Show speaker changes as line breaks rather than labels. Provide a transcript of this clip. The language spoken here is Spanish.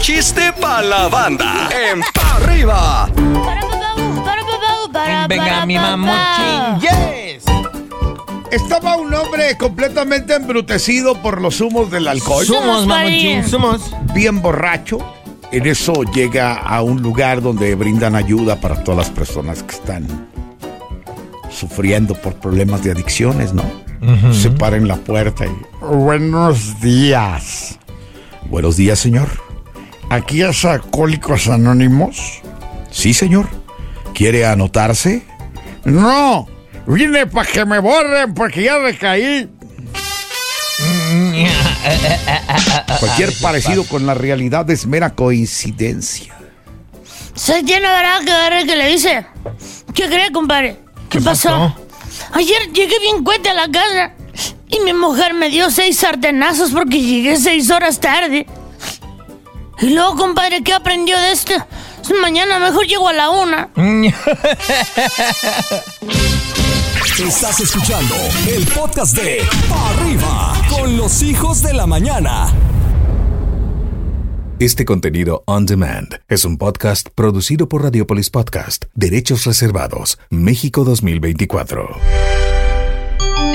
chiste pa' la banda. En pa' arriba.
Venga, mi mamuchín. Yes.
Estaba un hombre completamente embrutecido por los humos del alcohol.
Somos, mamuchín, somos.
bien borracho. En eso llega a un lugar donde brindan ayuda para todas las personas que están sufriendo por problemas de adicciones, ¿no? Se para en la puerta y... Buenos días. Buenos días, señor. ¿Aquí es Alcohólicos Anónimos? Sí, señor. ¿Quiere anotarse? No, vine para que me borren porque ya recaí. Cualquier parecido con la realidad es mera coincidencia.
Se tiene verdad que ver el que le dice. ¿Qué crees, compadre? ¿Qué, pasó? Ayer llegué bien cuenta a la casa y mi mujer me dio seis sartenazos porque llegué seis horas tarde. Y luego, compadre, ¿qué aprendió de esto? Mañana mejor llego a la una.
Estás escuchando el podcast de Pa' Arriba con los hijos de la mañana.
Este contenido on demand es un podcast producido por Radiopolis Podcast, Derechos Reservados, México 2024.